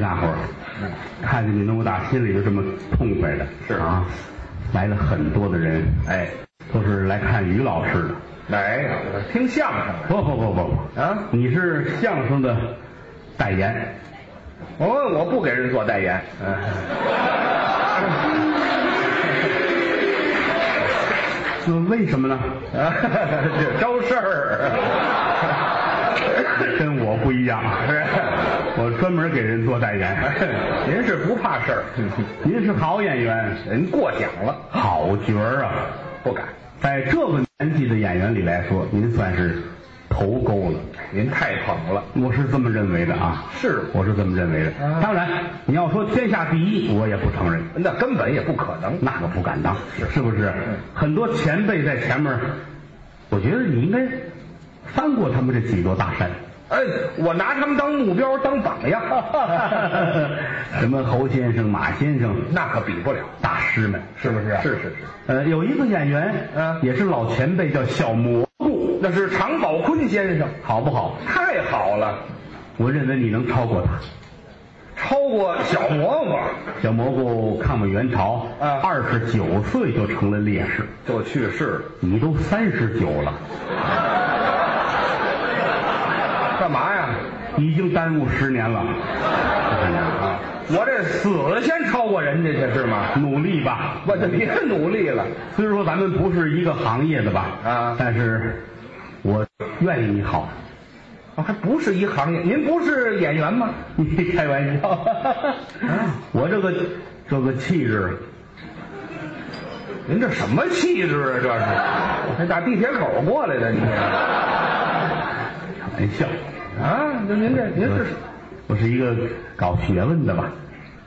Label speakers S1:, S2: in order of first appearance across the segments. S1: 家伙，看见你那么大，心里就这么痛快的。
S2: 是
S1: 啊，来了很多的人，
S2: 哎，
S1: 都是来看于老师的。
S2: 来听相声
S1: 不不不不不，
S2: 啊！
S1: 你是相声的代言，
S2: 我问哦我不给人做代言，
S1: 嗯、那为什么呢？
S2: 啊， 这招事儿。
S1: 跟我不一样，我专门给人做代言。
S2: 您是不怕事儿，
S1: 您是好演员，
S2: 人过奖了，
S1: 好角儿啊！
S2: 不敢。
S1: 在这个年纪的演员里来说，您算是头钩了。
S2: 您太捧了，
S1: 我是这么认为的啊，
S2: 是
S1: 我是这么认为的。
S2: 啊
S1: 当然，你要说天下第一，我也不承认，
S2: 那根本也不可能。嗯
S1: 那个不敢当，是不是？很多前辈在前面，我觉得你应该翻过他们这几座大山。
S2: 哎，我拿他们当目标，当榜 样，
S1: 什么侯先生、马先生，
S2: 那可比不了，
S1: 大师们，
S2: 是不是？
S1: 是
S2: 是是是，
S1: 呃，有一个演员，
S2: 嗯
S1: 也是老前辈，叫小蘑菇，
S2: 那是常宝坤先生，
S1: 好不好？
S2: 太好了，
S1: 我认为你能超过他。
S2: 超过小蘑菇
S1: 小蘑菇抗美援朝，
S2: 嗯
S1: 二十九岁就成了烈士，
S2: 就去世了。
S1: 你都三十九了，
S2: 干嘛呀？
S1: 你已经耽误十年了，十年了啊！
S2: 我这死了先超过人家去是吗？
S1: 努力吧，
S2: 我就别努力了。
S1: 虽说咱们不是一个行业的吧，
S2: 啊
S1: 但是我愿意你好。
S2: 啊还不是一行业，您不是演员吗？
S1: 你开玩笑，
S2: 啊
S1: 我这个这个气质，
S2: 您这什么气质啊？这是，还打地铁口过来的你这
S1: 开玩笑。
S2: 啊？那您这您
S1: 我
S2: 是
S1: 我是一个搞学问的吧，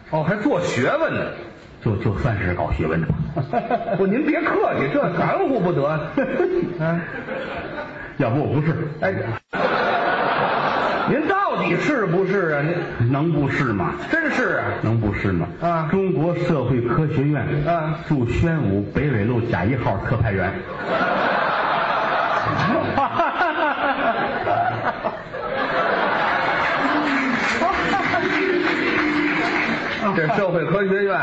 S2: 哦，还做学问呢？
S1: 就就算是搞学问的吧。
S2: 不，您别客气，这含糊不得。 嗯、
S1: 要不我不是，
S2: 哎，您到底是不是啊？您
S1: 能不是吗？
S2: 真是啊？
S1: 能不是吗？
S2: 啊
S1: 中国社会科学院，
S2: 啊
S1: 驻宣武北纬路甲一号特派 员。
S2: 这社会科学院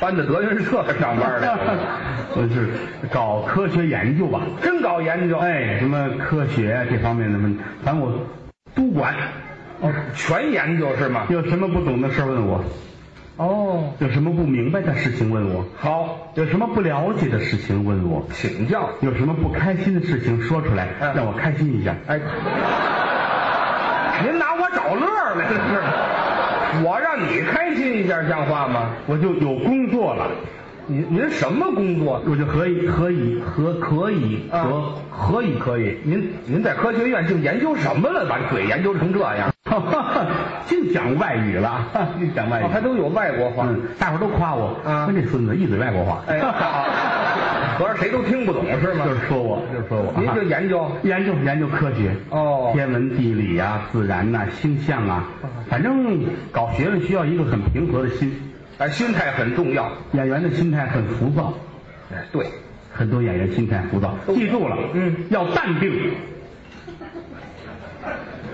S2: 搬到德云社上班来了，
S1: 我是搞科学研究吧，
S2: 真搞研究，
S1: 哎，什么科学啊这方面的问，反正我都管。
S2: 哦，全研究是吗？
S1: 有什么不懂的事儿问我，
S2: 哦，
S1: 有什么不明白的事情问我，
S2: 好，
S1: 有什么不了解的事情问我，
S2: 请教。
S1: 有什么不开心的事情说出来，
S2: 嗯
S1: 让我开心一下。
S2: 哎，您拿我找乐儿来了是？我让你开心一下，像话吗？
S1: 我就有工作了，
S2: 您您什么工作？
S1: 我就可以可以和可以
S2: 啊
S1: 和可以可以，
S2: 您您在科学院净研究什么了？把嘴研究成这样，
S1: 净讲外语了，净讲外语
S2: 哦，还。都有外国话。
S1: 嗯，大伙儿都夸我，
S2: 啊
S1: 说这孙子一嘴外国话，
S2: 哎 呀，好合着谁都听不懂是吗？
S1: 就是说我，就是说我。
S2: 您
S1: 啊
S2: 就研究
S1: 研究研究科学，
S2: 哦
S1: 天文地理啊，自然呐、星象啊，反正搞学问需要一个很平和的心。
S2: 哎，心态很重要。
S1: 演员的心态很浮躁，
S2: 哎，对，
S1: 很多演员心态浮躁，
S2: 都
S1: 记住了，
S2: 嗯
S1: 要淡定。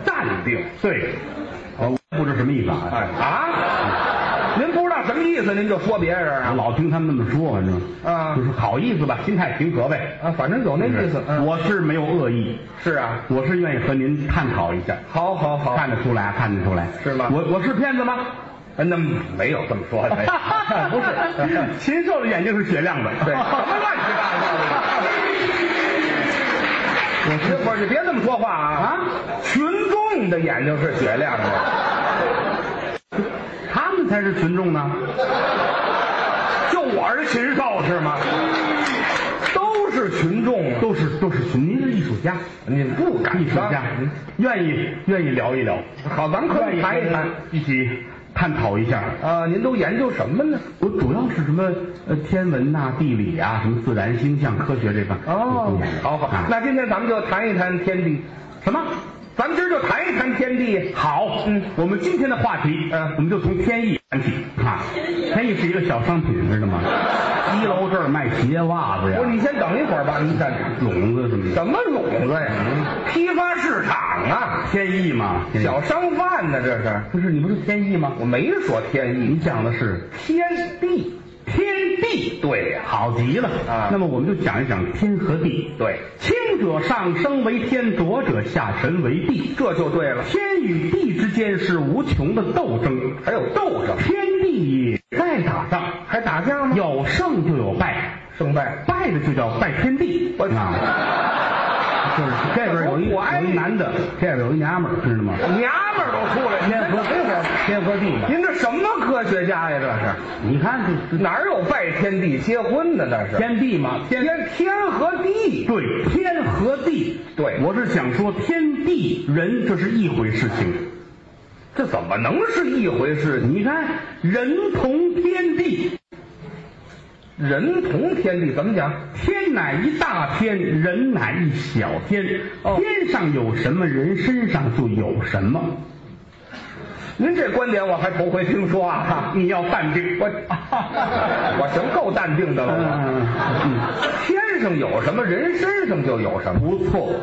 S2: 淡定。
S1: 对，哦我不知什么意思啊，
S2: 哎啊，您不知道什么意思，您就说别人
S1: 我
S2: 啊
S1: 老听他们那么说，反正
S2: 啊
S1: 就是好意思吧，心态平和呗。
S2: 啊，反正有那意思。嗯，
S1: 我是没有恶意，
S2: 是啊，
S1: 我是愿意和您探讨一下，
S2: 好好好，
S1: 看得出来啊，看得出来，
S2: 是吗
S1: 我我是骗子吗？呃
S2: 哎那没有这么说的， 没有不是，
S1: 禽兽的眼睛是雪亮的，
S2: 对，什么乱七八糟的。我别不是，你别这么说话啊！
S1: 啊，
S2: 群众的眼睛是雪亮的，
S1: 他们才是群众呢。
S2: 就我是禽兽是吗？都是群众啊！
S1: 都是都是群，您是艺术家，
S2: 你不敢
S1: 艺术家
S2: 当
S1: 愿意愿意聊一聊，
S2: 好，咱可
S1: 愿
S2: 以
S1: 意
S2: 谈一谈。，
S1: 一起探讨一下。
S2: 啊，您都研究什么呢？
S1: 我主要是什么呃天文呐、地理啊，什么自然星象科学这方
S2: 哦好好，
S1: 啊
S2: 那今天咱们就谈一谈天地，
S1: 什么？
S2: 咱们今儿就谈一谈天地。
S1: 好，
S2: 嗯
S1: 我们今天的话题，
S2: 嗯
S1: 我们就从天意谈起啊。天意是一个小商品，知道吗？
S2: 哎
S1: 一楼这儿卖鞋袜子呀
S2: 不是，，你先等一会儿吧，你看
S1: 笼子什么的，
S2: 什么笼子呀？批发市场啊，
S1: 天意嘛，天意
S2: 小商贩呢，这是。
S1: 不是你不是天意吗？
S2: 我没说天意，
S1: 你讲的是
S2: 天地，天地，对呀、
S1: 好极了
S2: 啊
S1: 那么我们就讲一讲天和地。
S2: 对，
S1: 清者上升为天，浊者下沉为地。
S2: 这就对了。
S1: 天与地之间是无穷的斗争，
S2: 还有斗争，
S1: 天地也在打仗，
S2: 还打架吗？
S1: 有胜就有败，
S2: 胜败，
S1: 败的就叫败天地。
S2: 我
S1: 啊，就是这边有一
S2: 我爱
S1: 有一男的，这边有一娘们儿，知道吗？
S2: 娘们儿都出来了，
S1: 天和
S2: 等一会儿
S1: 天和地嘛，
S2: 您这什么科学家呀？这
S1: 你看这
S2: 是哪有拜天地结婚的？那
S1: 这
S2: 是
S1: 天地嘛，天
S2: 天天和地，
S1: 对天和地，
S2: 对
S1: 我是想说天地人这是一回事情。
S2: 这怎么能是一回事？
S1: 你看，人同天地，
S2: 人同天地怎么讲？
S1: 天乃一大天，人乃一小天。
S2: 哦
S1: 天上有什么，人身上就有什么。
S2: 您这观点我还头回听说啊！
S1: 你要淡定，
S2: 我
S1: 啊
S2: 我行够淡定的了我。
S1: 嗯，嗯
S2: 天上有什么，人身上就有什么。
S1: 不错，嗯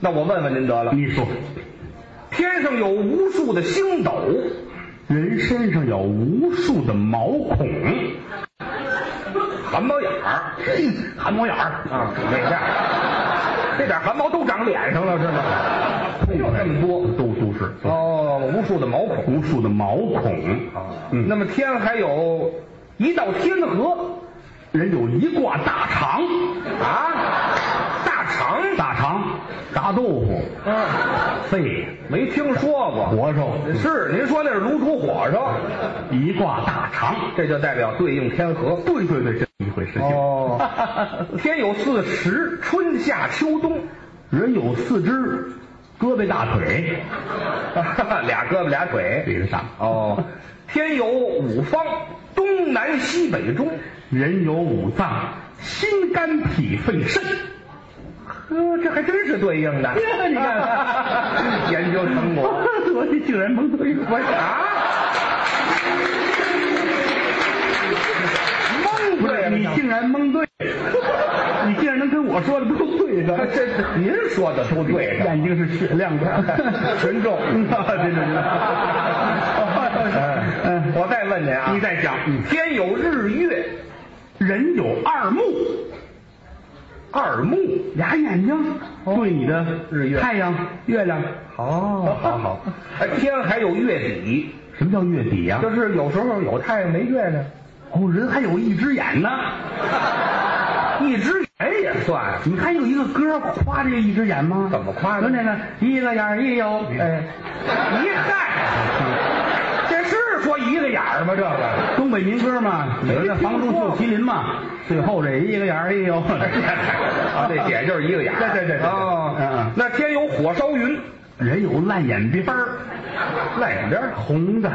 S2: 那我问问您得了，
S1: 你说，
S2: 天上有无数的星斗，
S1: 人身上有无数的毛孔，
S2: 汗毛眼儿
S1: 汗毛眼儿，
S2: 啊，哪下？这点汗毛都长脸上了是吗？
S1: 痛
S2: 有
S1: 快
S2: 这么多
S1: 都都是
S2: 哦，无数的毛孔。啊
S1: 无数的毛孔。嗯，
S2: 那么天还有一道天河
S1: 人有一挂大肠，
S2: 啊，大肠。
S1: 大肠、炸豆腐、
S2: 嗯，
S1: 肺、
S2: 没听说过。
S1: 活肉，
S2: 是您说那是炉煮火烧，
S1: 一挂大肠。
S2: 这就代表对应天河。
S1: 对对对，这一回事情。
S2: 哦， 天有四时，春夏秋冬，
S1: 人有四肢，胳膊大腿，
S2: 俩胳膊俩腿。
S1: 比得上。
S2: 哦，天有五方，东南西北中。
S1: 人有五脏，心肝脾肺 肾。
S2: 呵，这还真是对应的。
S1: 你看 看
S2: 研究成果。
S1: 我这竟然蒙对了。
S2: 我啊，蒙
S1: 不
S2: 对啊
S1: 是
S2: 了
S1: 你竟然蒙对， 你竟然能跟我说的都对上。
S2: 这您说的都对的。
S1: 眼睛是雪亮 的，
S2: 群 众
S1: 对对
S2: 嗯
S1: 对。
S2: 我再问您啊，
S1: 你哎再讲，嗯
S2: 天有日月，
S1: 人有二目，
S2: 二目。
S1: 俩眼睛对你的
S2: 日月
S1: 太阳、哦月亮。
S2: 哦好好。 哎，天还有月底，
S1: 什么叫月底呀、
S2: 就是有时候有太阳没月亮，
S1: 哦，人还有一只 眼呢。
S2: 一只眼哎也算。
S1: 你看有一个歌夸这个一只眼吗？
S2: 怎么夸呢
S1: 就那个一个眼儿一有，哎，
S2: 哎，一嗨，这是说一个眼儿吗？这个。
S1: 东北民歌嘛，
S2: 没
S1: 有那
S2: 听
S1: 房中
S2: 说
S1: 秀
S2: 过
S1: 麒麟 嘛，最后这一个眼儿一有，
S2: 啊，这眼就是一个眼 儿。
S1: 对对对对对
S2: 哦
S1: 嗯嗯
S2: 那天有火烧 云，
S1: 人有烂眼鼻 儿，
S2: 烂眼边儿
S1: 红的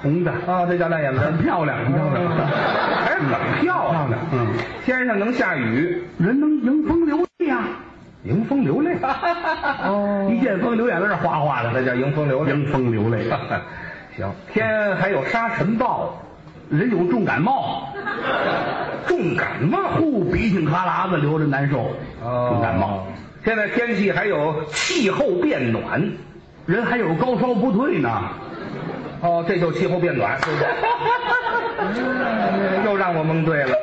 S1: 红的，
S2: 啊，这叫烂眼边
S1: 很
S2: 儿。
S1: 漂亮，很漂 亮。
S2: 哎，很漂亮的。
S1: 嗯，
S2: 天上能下雨，
S1: 人能迎风流泪啊！
S2: 迎风流 泪。哦
S1: 一见风流眼泪儿哗哗
S2: 那
S1: 的，
S2: 叫迎风流泪。
S1: 迎风流泪。
S2: 行，天还有沙尘暴，
S1: 人有重感冒，
S2: 重感冒。
S1: 呼鼻涕哈喇子流着难受，
S2: 哦
S1: 重感冒。。
S2: 现在天气还有气候变暖，
S1: 人还有高烧不退呢，
S2: 哦，这就气候变暖，对不 对？嗯又让我蒙 对了。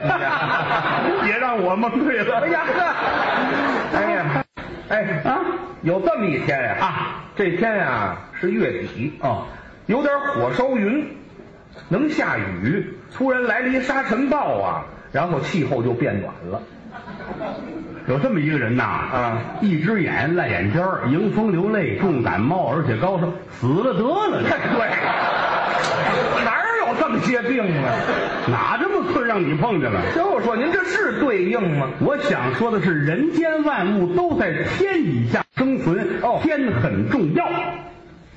S1: 别让我蒙对了。
S2: 哎呀，哎呀，哎
S1: 啊
S2: 有这么一天呀、
S1: 啊
S2: 这天呀、是月底，
S1: 哦，
S2: 有点火烧云，能下雨，突然来了一沙尘暴啊，然后气候就变暖了。
S1: 有这么一个人呐，
S2: 啊，
S1: 一只眼烂眼尖儿，迎风流泪，重感冒，而且高烧，死了得了，
S2: 哎对，哪儿有这么些病啊？
S1: 哪这么困让你碰见了？
S2: 就说您这是对应吗？
S1: 我想说的是，人间万物都在天以下生存，
S2: 哦
S1: 天很重要。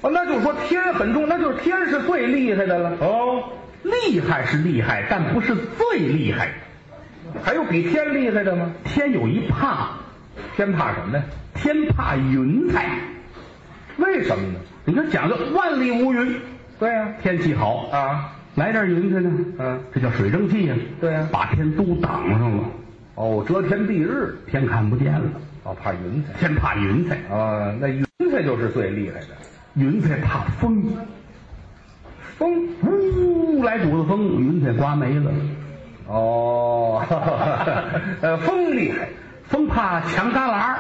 S2: 哦，那就说天很重，那就是天是最厉害的了。
S1: 哦，厉害是厉害，但不是最厉害。
S2: 还有比天厉害的吗？
S1: 天有一怕，
S2: 天怕什么呀？
S1: 天怕云彩。
S2: 为什么呢？
S1: 你看讲究万里无云，
S2: 对呀、
S1: 天气好，
S2: 啊，
S1: 来点云彩呢，
S2: 嗯
S1: 这叫水蒸气呀、
S2: 对啊呀
S1: 把天都挡上了，
S2: 哦，遮天蔽日，
S1: 天看不见了，
S2: 哦，怕云彩
S1: 天怕云彩，
S2: 啊，那云彩就是最厉害的，
S1: 云彩怕风，
S2: 风
S1: 呜来股子风，云彩刮没了，
S2: 哦， 呃，风厉害，
S1: 风怕墙旮旯儿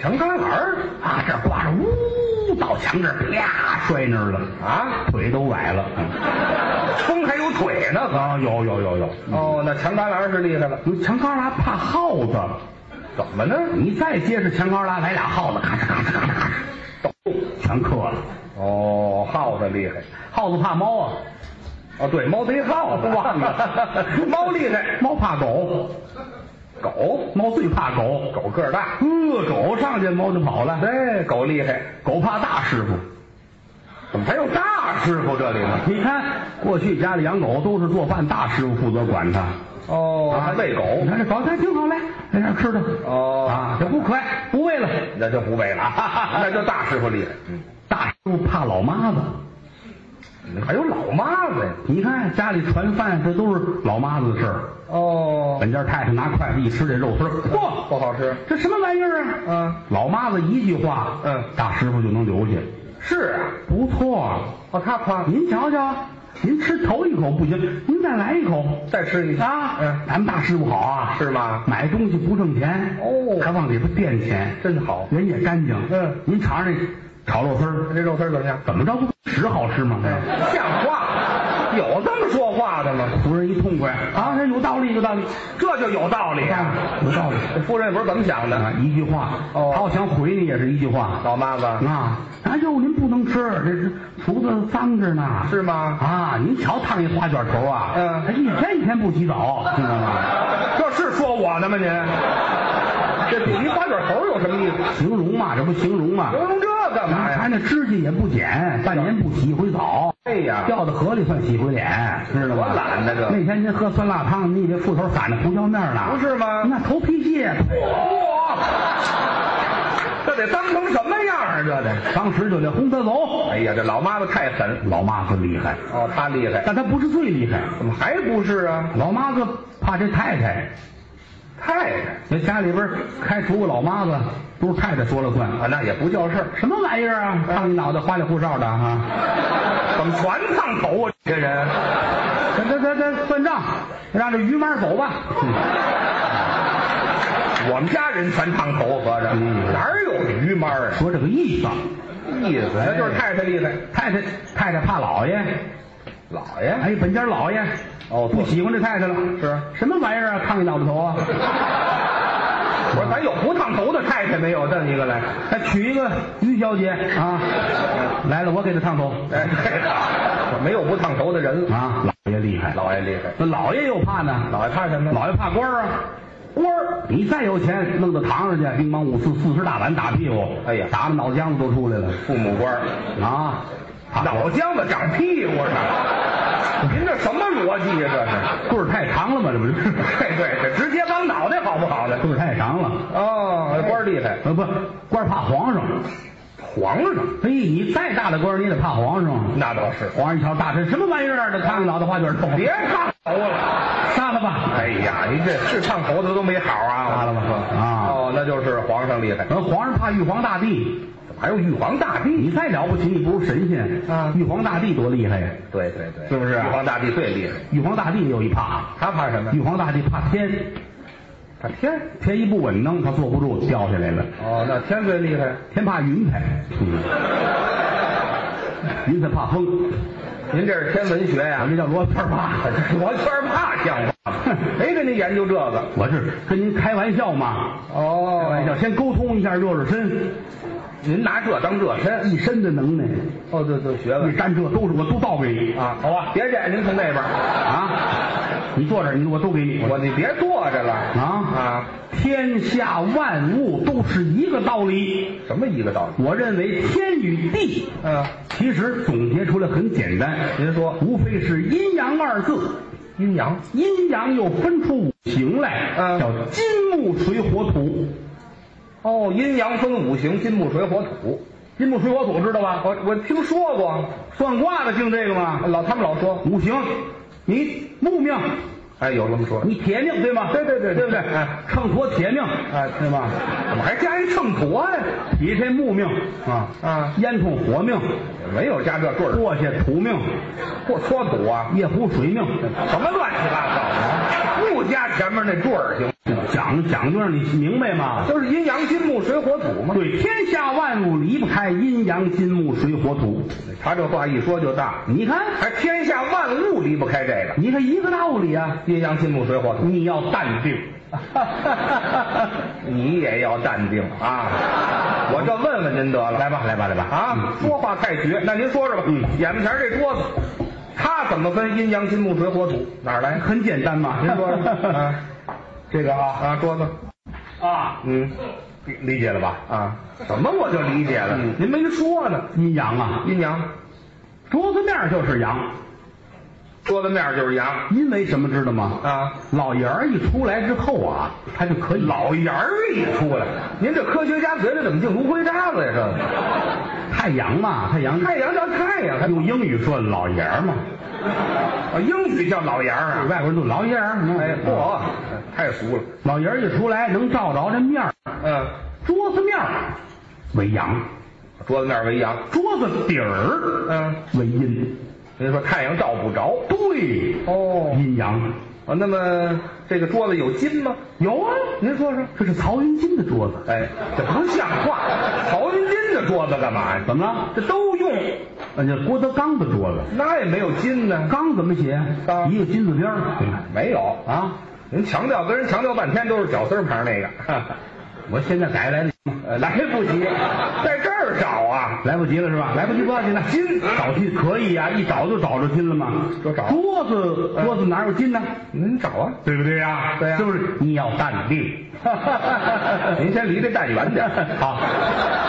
S2: 墙旮旯儿
S1: 啊，这儿挂着呜到墙这儿啪摔那儿了，
S2: 啊，
S1: 腿都崴了。
S2: 风还有腿呢，
S1: 啊，有有有有，
S2: 哦，那墙旮旯儿是厉害了，
S1: 墙旮旯怕耗子。
S2: 怎么呢？
S1: 你再接着墙高拉来俩耗子，咔嚓咔嚓咔嚓咔嚓，
S2: 抖，
S1: 全磕了。
S2: 哦，耗子厉害，
S1: 耗子怕猫啊，
S2: 哦，对，猫逮耗子，
S1: 忘了
S2: 猫厉害，
S1: 猫怕 狗，
S2: 狗，
S1: 猫最怕狗。
S2: 狗个儿大，
S1: 呃，狗上去猫就跑了。
S2: 对，狗厉害，
S1: 狗怕大师傅。
S2: 怎么还有大师傅这里呢？
S1: 你看，过去家里养狗都是做饭，大师傅负责管它。
S2: 哦，还喂狗，
S1: 你看这狗，它挺好，来来点吃的。
S2: 哦
S1: 啊，这不可爱，不喂了。
S2: 那就不喂了， 那就大师傅厉害。嗯，
S1: 大师傅怕老妈子。
S2: 还有老妈子呀。
S1: 你看家里传饭，这都是老妈子的事儿。
S2: 哦，
S1: 本家太太拿筷子一吃这肉丝儿，嚯，
S2: 不好吃。
S1: 这什么玩意儿啊？
S2: 嗯，
S1: 老妈子一句话，
S2: 嗯
S1: 大师傅就能留下，
S2: 是啊。
S1: 不错啊。
S2: 哦，他夸
S1: 您瞧瞧，您吃头一口不行，您再来一口
S2: 再吃一下
S1: 啊。
S2: 嗯，
S1: 咱们大师傅好啊，
S2: 是吗？
S1: 买东西不挣钱
S2: 哦
S1: 还往里边垫钱，
S2: 真好。
S1: 人也干净。
S2: 嗯，
S1: 您尝尝这炒肉丝儿，嗯
S2: 这肉丝儿怎么样？
S1: 怎么着不屎好吃吗？
S2: 哎，像话，有这么说话的吗？
S1: 夫人一痛快啊，这有道理，有道理，
S2: 这就有道理啊。
S1: 啊有道理
S2: 这夫人也不是怎么想
S1: 啊
S2: 的，！
S1: 一句话，
S2: 哦
S1: 他要想回你也是一句话。
S2: 老妈子
S1: 啊，哎呦，您不能吃，这是厨子脏着呢。
S2: 是吗？
S1: 啊，您瞧烫一花卷头啊，
S2: 嗯
S1: 他一天一天不洗 澡，知道吗？
S2: 这是说我呢吗？您这比一花卷头有什么意思？
S1: 形容嘛，这不形容嘛。
S2: 形容这干嘛
S1: 他
S2: 呀？
S1: 那指甲也不剪，半年不洗一回澡，
S2: 哎呀，
S1: 掉到河里算洗回脸，知道吧？
S2: 多懒啊呐这
S1: 那天您喝酸辣汤，你以为斧头撒那胡椒面了？
S2: 不是啊吗
S1: 那头皮屑，
S2: 哇，这得脏成什么样啊？这得，
S1: 当时就得轰他走。
S2: 哎呀，这老妈子太狠
S1: 老妈子厉害，
S2: 哦，她厉害，
S1: 但他不是最厉害。
S2: 怎么还不是啊？
S1: 老妈子怕这太太，
S2: 太太
S1: 那家里边开除个老妈子，都是太太说了算。
S2: 啊，那也不叫事儿，嗯
S1: 什么玩意儿啊？烫你脑袋花里胡哨的啊！
S2: 怎么全烫头啊？这人
S1: 这这这这算账，让这于妈走吧。
S2: 嗯我们家人全烫头，合着、
S1: 嗯
S2: 哪儿有驴妈儿啊？
S1: 说这个意思，
S2: 意思那就是太太厉害，
S1: 太太太太怕老爷，
S2: 老爷
S1: 哎，本家老爷
S2: 哦
S1: 不喜欢这太太了，
S2: 是
S1: 什么玩意儿啊？烫你脑袋头啊！
S2: 我说咱有 不烫头的太太没有？这你个来，
S1: 还娶一个于小姐啊，来了我给她烫头
S2: 哎， 嘿没有不烫头的人了，
S1: 啊！老爷厉害，
S2: 嗯老爷厉害，
S1: 那老爷又怕呢，
S2: 老爷怕什么？
S1: 老爷怕官儿啊，官儿，你再有钱，弄到堂上去，乒乓五四四十大板打屁股，
S2: 哎呀
S1: 打的脑浆子都出来了
S2: 父母官儿。
S1: 啊！怕
S2: 脑浆子长屁股上，您这什么逻辑呀、
S1: 棍儿太长了吧？这不 是
S2: 这是？对哎对，这直接当脑袋好不好呢？
S1: 棍儿太长了，
S2: 哦，这官儿厉害，
S1: 啊呃不，官儿怕皇上。
S2: 皇上
S1: 哎，你再大的官儿，你也得怕皇上。
S2: 那倒是，
S1: 皇上一瞧大臣什么玩意儿，啊这烫个脑袋花卷头，
S2: 别烫头了。
S1: 杀了吧！
S2: 哎呀，您这是烫头的都没好啊！
S1: 杀了吧啊
S2: 哦，那就是皇上厉害，
S1: 呃，皇上怕玉皇大帝，
S2: 怎么还有玉皇大帝？
S1: 你再了不起，你不如神仙
S2: 啊
S1: 玉皇大帝多厉害呀！
S2: 对对对，
S1: 是不是
S2: 玉皇大帝最厉害，
S1: 玉皇大帝也有一怕，
S2: 啊他怕什么？
S1: 玉皇大帝怕天，
S2: 怕天。
S1: 天一不稳当，他坐不住，掉下来了。
S2: 哦，那天最厉害。
S1: 天怕云彩，云彩怕风，
S2: 您这是天文学呀、
S1: 我这叫罗圈怕。
S2: 罗圈怕像话吗？没跟您研究这个。
S1: 我是跟您开玩笑嘛，
S2: 哦
S1: 开玩笑，先沟通一下，热热身，
S2: 您拿这当热身，
S1: 一身的能耐，
S2: 哦，对对，学
S1: 你干这都是我都倒给你
S2: 啊，好吧，别介，您从那边，
S1: 啊！你坐这儿，你我都给你。
S2: 我你别坐着了
S1: 啊
S2: 啊，
S1: 天下万物都是一个道理，
S2: 什么一个道理？
S1: 我认为天与地，
S2: 嗯，
S1: 其实总结出来很简单，
S2: 您说
S1: 无非是阴阳二字。
S2: 阴阳
S1: 阴阳又分出五行来，
S2: 嗯
S1: 叫金木水火土。
S2: 哦，阴阳分五行，金木水火土，阴不水火土知道吧？我我听说过，
S1: 算卦的姓这个吗？
S2: 老他们老说，
S1: 五行，你木命，
S2: 哎，有这么说的。
S1: 你铁命对吗？
S2: 对对对
S1: 对不对
S2: 哎？
S1: 秤砣铁命，
S2: 哎
S1: 啊对吗？
S2: 怎么还加一秤砣呀？
S1: 你这木命啊
S2: 啊
S1: 烟囱火命，
S2: 没有加这坠儿，
S1: 过去土命，
S2: 或搓土啊，
S1: 夜壶水命，
S2: 什么乱七八糟的，啊不加前面那坠儿行吗，
S1: 讲讲究让你明白吗？
S2: 就是阴阳金木水火土嘛。
S1: 对，天下万物离不开阴阳金木水火土。
S2: 他这话一说就大，
S1: 你看，
S2: 还天下万物离不开这个
S1: 你看一个道理啊。
S2: 阴阳金木水火土。
S1: 你要淡定，
S2: 你也要淡定啊！我这问问您得了，
S1: 来吧，来吧，来吧
S2: 啊，说话太绝。那您说说吧，
S1: 嗯
S2: 眼巴前这桌子，它怎么分阴阳金木水火土？哪儿来？
S1: 很简单嘛。
S2: 您说 说啊，
S1: 这个啊
S2: 啊，桌子，
S1: 啊，
S2: 嗯，
S1: 理理解了吧？
S2: 啊，什么我就理解了，
S1: 嗯
S2: 您没说呢。
S1: 阴阳啊，
S2: 阴阳，
S1: 桌子面儿就是阳，
S2: 桌子面儿就是阳
S1: 因为什么知道吗？
S2: 啊，
S1: 老爷儿一出来之后啊，他就可以
S2: 老眼儿一出来，您这科学家嘴里怎么净如灰渣子呀？这
S1: 太阳嘛，太阳
S2: 太阳叫太阳，
S1: 用英语说老爷儿嘛，
S2: 啊，英语叫老阳啊。
S1: 外国人就老爷儿。嗯
S2: 哎，嚯，太俗了。
S1: 老爷儿一出来能照着这面儿，
S2: 嗯，
S1: 桌子面儿为阳，
S2: 桌子面为阳。
S1: 桌子底儿
S2: 嗯，
S1: 为阴，
S2: 您说太阳照不着。
S1: 对，
S2: 哦
S1: 阴阳
S2: 啊，那么这个桌子有金吗？
S1: 有啊，
S2: 您说说。
S1: 这是曹云金的桌子，
S2: 哎，这不像话！曹云金的桌子干嘛呀？
S1: 怎么了？
S2: 这都用，
S1: 呃，这郭德纲的桌子，
S2: 那也没有金呢。
S1: 纲怎么写？
S2: 纲
S1: 一个金字边儿对吧
S2: 没有啊！
S1: 啊！
S2: 您强调跟人强调半天都是绞丝儿旁那个，
S1: 我现在改来得及吗
S2: 呃来不及，在这儿找啊！
S1: 来不及了是吧？来不及不要紧的，
S2: 嗯
S1: 金找金可以呀、一找就找着金了嘛。
S2: 就找
S1: 桌子，桌子哪有金呢？
S2: 您找啊！
S1: 对不对呀、
S2: 嗯对呀
S1: 是不是？你要淡 定。
S2: 您先离这站远点。
S1: 好，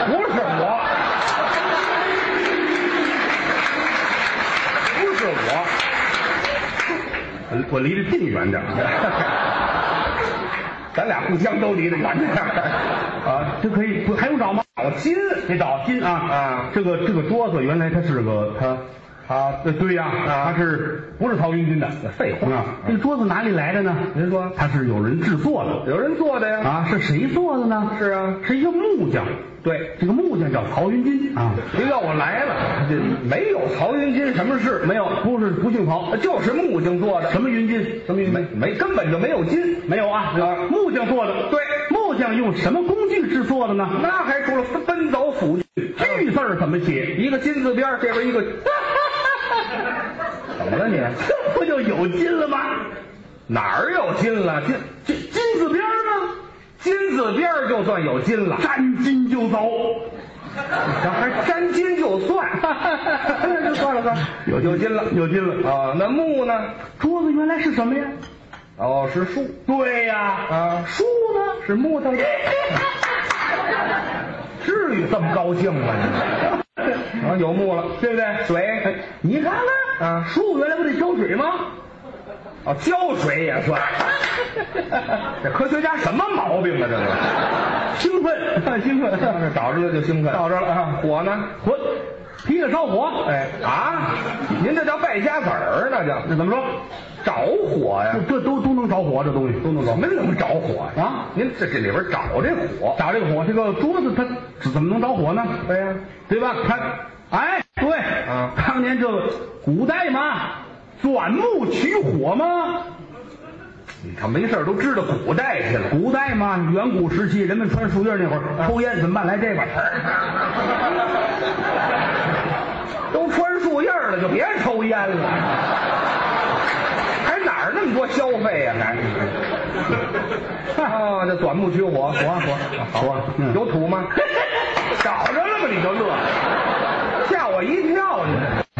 S2: 不是我，不是我，
S1: 我我离这近远点儿。
S2: 咱俩互相都离得远点儿
S1: 啊，这可以不还用找吗？
S2: 找金，
S1: 得找金啊
S2: 啊
S1: 这个这个桌子原来它是个它
S2: 啊，
S1: 呃对呀、
S2: 啊
S1: 它是不是曹云金的？
S2: 废话
S1: 啊，这个桌子哪里来的呢？
S2: 您说
S1: 它是有人制作的
S2: 有人做的呀？
S1: 啊，是谁做的呢？
S2: 是啊，
S1: 是一个木匠，
S2: 对，
S1: 这个木匠叫曹云金啊，
S2: 您要我来了，这没有曹云金什么事，
S1: 没有，不是不姓曹，
S2: 就是木匠做的，
S1: 什么云金？什么云
S2: 没
S1: 金？
S2: 没根本就没有金，
S1: 没有啊，
S2: 啊
S1: 木匠做的。
S2: 对
S1: 木匠用什么工具制作的呢？
S2: 那还除了奔走斧锯，
S1: 锯字儿怎么写？
S2: 一个金字边儿，这边一个， 怎么了你？
S1: 这不就有金了吗？
S2: 哪儿有金了？金
S1: 这金字边儿吗？
S2: 金字边儿就算有金了，
S1: 沾金就走，
S2: 咱还沾金就算，就算了算了，有金了
S1: 有金了。
S2: 啊。那木呢？
S1: 桌子原来是什么呀？
S2: 哦，是树
S1: 对呀、
S2: 啊，
S1: 书呢？
S2: 是木 头的。至于这么高兴 吗你？啊，有木了，对不哎对？水，
S1: 你看看，
S2: 啊
S1: 树原来不得浇水 吗？
S2: 哦，浇水也 算。这科学家什么毛病啊？这个
S1: 兴 奋，兴奋，
S2: 找着了就兴奋，
S1: 到这儿了啊
S2: 火呢？
S1: 火，劈了烧火。
S2: 哎啊，您这叫败家子儿，那叫
S1: 那怎么说？
S2: 着火呀
S1: 这？这都都能着火，这东西都能着
S2: 怎。么能着火呀？
S1: 啊
S2: 您这这里边找这火，
S1: 打这个火，这个桌子它怎么能着火呢？
S2: 对呀、
S1: 对吧？看，哎，对，
S2: 啊
S1: 当年这个古代嘛，钻木取火嘛，
S2: 你看没事儿都知道古代去了，啊
S1: 古代嘛，远古时期人们穿树叶那会儿抽烟怎么办？来 这个，
S2: 都穿树叶儿了，就别抽烟了，还哪儿那么多消费呀、 还。
S1: 哦
S2: 啊，这钻木取火，火火
S1: 火嗯
S2: 有土吗？找着了吗？你就乐，吓我一跳！你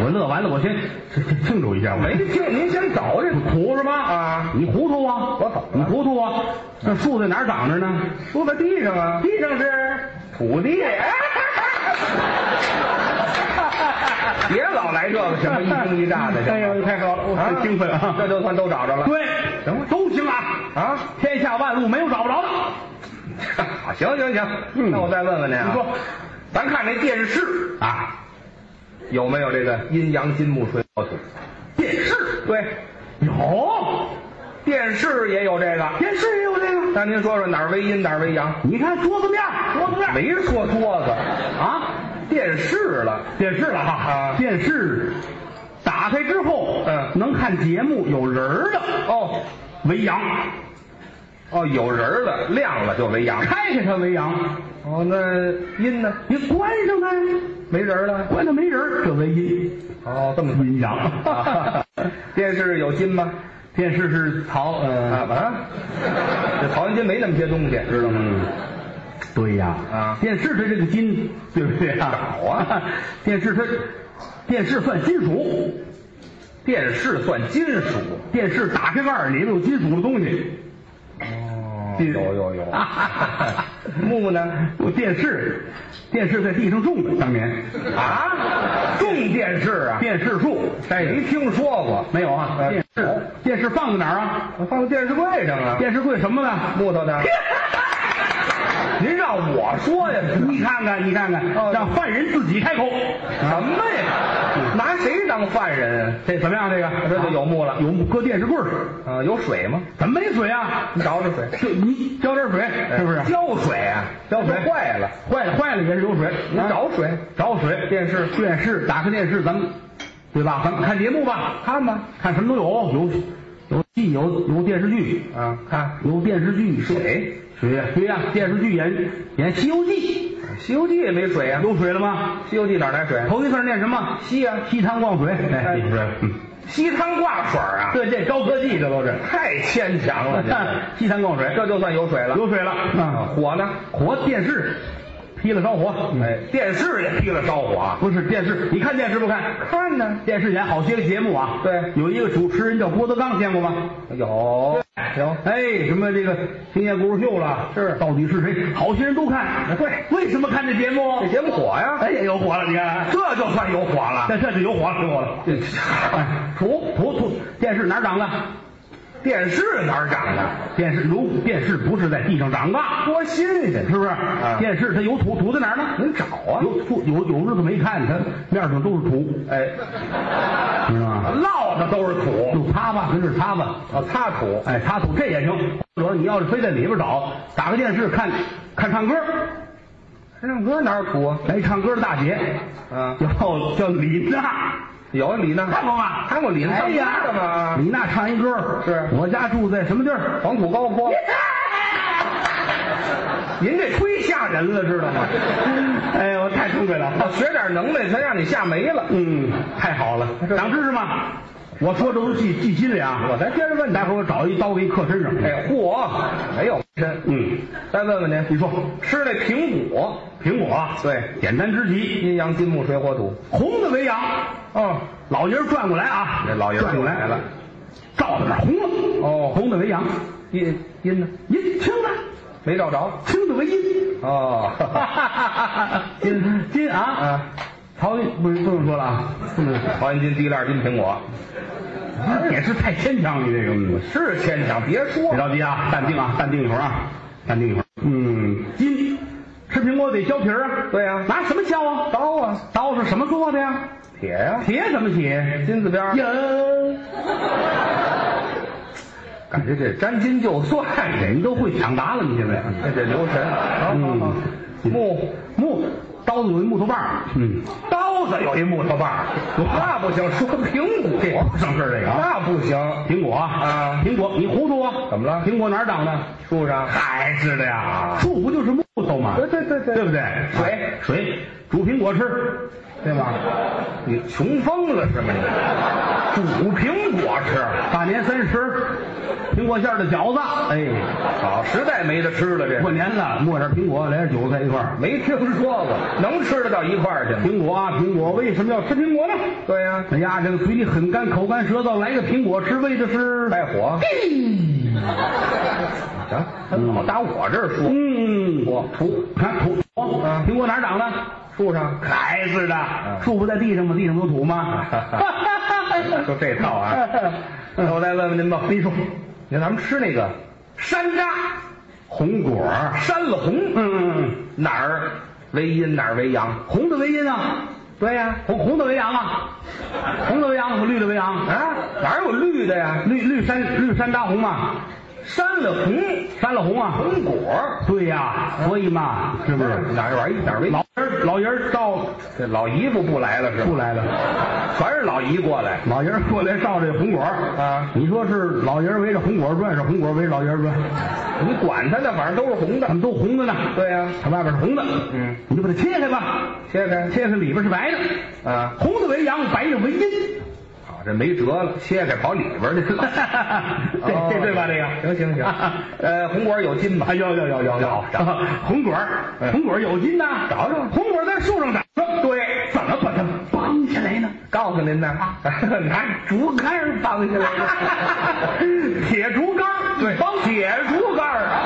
S1: 我乐完了，我先这这庆祝一下，我
S2: 没听，您先找这
S1: 苦是吧？
S2: 啊
S1: 你糊涂啊！
S2: 我走了
S1: 你糊涂啊！那树在哪儿长着呢？
S2: 坐在地上啊，
S1: 地上是。
S2: 土地。哎别老来这个什么一惊一乍的，
S1: 哎呦，太好了，我很兴奋啊！
S2: 这就算都找着了。
S1: 对，
S2: 行吧
S1: 都行啊！
S2: 啊，
S1: 天下万物没有找不着的。
S2: 行行行，
S1: 嗯
S2: 那我再问问您啊，
S1: 你说，
S2: 咱看那电视
S1: 啊，
S2: 有没有这个阴阳金木水火土？
S1: 电视
S2: 对，
S1: 有，
S2: 电视也有这个。
S1: 电视也有这个。
S2: 那您说说哪儿为阴，哪儿为阳？
S1: 你看桌子面儿，桌子面儿
S2: 没说桌子
S1: 啊，
S2: 电视了，
S1: 电视了哈、
S2: 啊
S1: 电视打开之后，
S2: 嗯
S1: 能看节目有人儿的，
S2: 哦
S1: 为阳，
S2: 哦，有人儿了，亮了就为阳。
S1: 开开它为阳，
S2: 哦，那阴呢？
S1: 你关上它，
S2: 没人儿了。
S1: 关它没人儿，这为阴，
S2: 哦，这么说
S1: 阴阳。
S2: 啊电视有金吗？
S1: 电视是曹
S2: 啊
S1: 呃，
S2: 啊，这曹云金没那么些东西，知道吗？
S1: 对呀，
S2: 啊
S1: 电视它这个金，对不对啊？
S2: 好啊，
S1: 电视它，电视算金属，
S2: 电视算金属。
S1: 电视打开盖儿里面有金属的东西。
S2: 哦
S1: 金
S2: 有有 有。啊木呢？
S1: 我电视，电视在地上种的，当年
S2: 啊，哎重电视啊，
S1: 电视树摘
S2: 没
S1: 的
S2: 听说过，
S1: 没有啊？
S2: 呃
S1: 电视电视放在哪儿啊？
S2: 我放在电视柜上啊，
S1: 电视柜什么的？
S2: 木头的。您让我说呀，
S1: 你看看，你看看，
S2: 哦
S1: 让犯人自己开口，
S2: 什么呀？ 拿谁当犯人啊？
S1: 这怎么样？这个啊
S2: 这就有木了。
S1: 有搁电视柜儿，
S2: 啊，有水吗？
S1: 怎么没水啊？
S2: 你找找水，
S1: 就你浇点水，
S2: 哎
S1: 是不是？
S2: 浇水啊，
S1: 浇水
S2: 坏了，
S1: 坏了坏了也是有水，
S2: 你
S1: 啊
S2: 找水，
S1: 找水。
S2: 电视
S1: 电视打开电视，咱们对吧？咱们看节目吧，
S2: 看吧。
S1: 看什么都有，有有戏，有有电视剧，
S2: 啊，看
S1: 有电视剧水
S2: 水，
S1: 水呀水呀、电视剧演演《西游记
S2: 《西游记》也没水啊，
S1: 有水了吗？
S2: 《西游记》哪儿来水啊？
S1: 头一次念什么？
S2: 西啊，
S1: 西塘逛水，
S2: 哎
S1: 有水。嗯，
S2: 西汤挂水啊，
S1: 对，这高科技这都是。
S2: 太牵强了， 这
S1: 西塘逛水，
S2: 这就算有水了。
S1: 有水了。
S2: 啊
S1: 啊，
S2: 火呢？
S1: 火电视，劈了烧火。
S2: 哎，电视也劈了烧火啊。
S1: 不是电视，你看电视不看？
S2: 看呢，
S1: 电视演好些个节目啊。
S2: 对
S1: 有一个主持人叫郭德纲，见过吗？
S2: 有有，
S1: 哎，什么这个听见故事秀了？
S2: 是
S1: 到底是谁？好些人都看。
S2: 对
S1: 为什么看这节目
S2: 这？节目火呀，
S1: 哎呀，有火了！你看，
S2: 这就算有火了。
S1: 这这就有火了，有火了。哎，土土土，电视哪儿长的？
S2: 电视哪儿长的？
S1: 电视如电视不是在地上长的，
S2: 多新鲜！啊
S1: 是不是？电视它有土，土在哪儿呢？
S2: 您找啊，
S1: 有土有有日子没看，它面上都是土，
S2: 哎，
S1: 知道吗？
S2: 落的都是土，
S1: 就擦吧，跟这儿擦吧。
S2: 啊，擦土，
S1: 哎，擦土这也行。或者你要是非在里边找，打开电视看看唱歌，
S2: 唱歌哪有土啊？
S1: 来唱歌的大姐，
S2: 啊，
S1: 叫叫李娜，
S2: 有李娜，
S1: 看过吗？
S2: 看过李娜
S1: 哎呀
S2: 唱歌吗
S1: 李娜唱一歌，
S2: 是哦
S1: 我家住在什么地儿？
S2: 黄土高坡。您这忒吓人了，知道吗？
S1: 哎，我太聪明了。
S2: 学点能耐，全让你吓没了。
S1: 嗯，太好了，长知识吗？我说这都记记心里啊。
S2: 我再接着问你
S1: 待会儿我找一刀给你刻身上。
S2: 哎，嚯，没有真。
S1: 嗯，
S2: 再问问您，
S1: 你说
S2: 吃那苹果，
S1: 苹果啊
S2: 对，
S1: 简单之极，
S2: 阴阳金木水火土。
S1: 红的为阳。
S2: 哦，
S1: 老爷儿转过来啊，
S2: 这老爷儿
S1: 转过
S2: 转过来了，
S1: 照到哪儿红了。
S2: 哦
S1: 红的为阳，
S2: 阴阴呢？
S1: 阴青的，
S2: 没找着。
S1: 青的为 阴。
S2: 哦，
S1: 金金啊，
S2: 啊，
S1: 曹云不是不用说了 啊，不能说
S2: 黄金、地链、金苹果，
S1: 也是太牵强了，你这个。嗯
S2: 是牵强，别说
S1: 别着急啊，淡定啊，淡定一会儿啊，淡定一会儿。嗯，金吃苹果得削皮儿啊。
S2: 对呀
S1: 拿什么削啊？
S2: 刀啊，
S1: 刀是什么做的呀？
S2: 铁呀、
S1: 铁怎么铁？
S2: 金字边儿，
S1: 呀，
S2: 感觉这沾金就算这
S1: 人都会抢答了，你现在。
S2: 这这留神。好好好
S1: 嗯，
S2: 木
S1: 木刀子有一木头棒儿，嗯，
S2: 刀子有一木头棒儿，那不行，说苹
S1: 这
S2: 果，
S1: 省事儿这个啊。
S2: 那不行，
S1: 苹果啊
S2: 啊，
S1: 苹果，你糊涂啊？
S2: 怎么了
S1: 苹果哪儿长的？
S2: 树上。
S1: 还是的呀，树不就是木头吗？
S2: 对对对对
S1: 对不对？
S2: 水
S1: 水煮苹果吃，对吗？
S2: 你穷疯了是吗你？煮苹果吃，
S1: 大年三十，苹果馅儿的饺子，哎。
S2: 好，实在没得吃了这
S1: 过。年了，磨点苹果，来点韭菜一块儿。
S2: 没听说过，能吃得到一块儿去吗？
S1: 苹果啊，苹果，为什么要吃苹果呢？
S2: 对呀、
S1: 哎呀，这个嘴里很干，口干舌燥，来个苹果吃，为的是
S2: 败火。嗯行，他老打我这儿说，
S1: 嗯，
S2: 我
S1: 土，看土，
S2: 啊
S1: 苹果哪儿长的？
S2: 树上啊
S1: 还是的，树不在地上吗？地上有土 吗？ 哎
S2: 就这套啊。哎那我再问问您吧，
S1: 你说
S2: 你看咱们吃那个山楂，
S1: 红果儿，
S2: 山了红
S1: 嗯嗯嗯，
S2: 哪儿为阴哪儿为阳？
S1: 红的为阴啊，
S2: 对呀、
S1: 红红的为阳啊，红的为阳，绿的为阳
S2: 啊，，哪有绿的呀？
S1: 绿绿山绿山楂红嘛，
S2: 山了红，
S1: 山了红啊。
S2: 红果儿嗯
S1: 对呀，所以嘛，是不是？
S2: 哪儿玩意儿哪儿为
S1: 老爷儿老爷儿到
S2: 这老姨夫不来了是吧？
S1: 不，来了。
S2: 全是老姨过来。
S1: 老爷儿过来照这红果儿
S2: 啊
S1: 你说是老爷儿围着红果儿转，是红果儿围着老爷儿转，
S2: 你管他呢，反正都是红的
S1: 他。们都红的呢。
S2: 对呀、
S1: 它外边是红的，
S2: 嗯，
S1: 你就把它切开吧，
S2: 切开
S1: 切开里边是白的，
S2: 啊，
S1: 红的为阳，白的为阴。
S2: 好，啊这没辙了，切开跑里边去了。
S1: 这这对吧？这个
S2: 行行行， 呃，红果有金吧
S1: 啊，？有有有有有
S2: 找，找
S1: 红果儿
S2: 嗯
S1: 红果儿有筋呐，
S2: 找找
S1: 红果儿在树上长着，
S2: 对，
S1: 怎么把它绑起来呢？
S2: 告诉您呢， 拿竹竿绑起来 的。
S1: 铁竹竿儿，
S2: 对
S1: 绑铁竹竿 儿啊，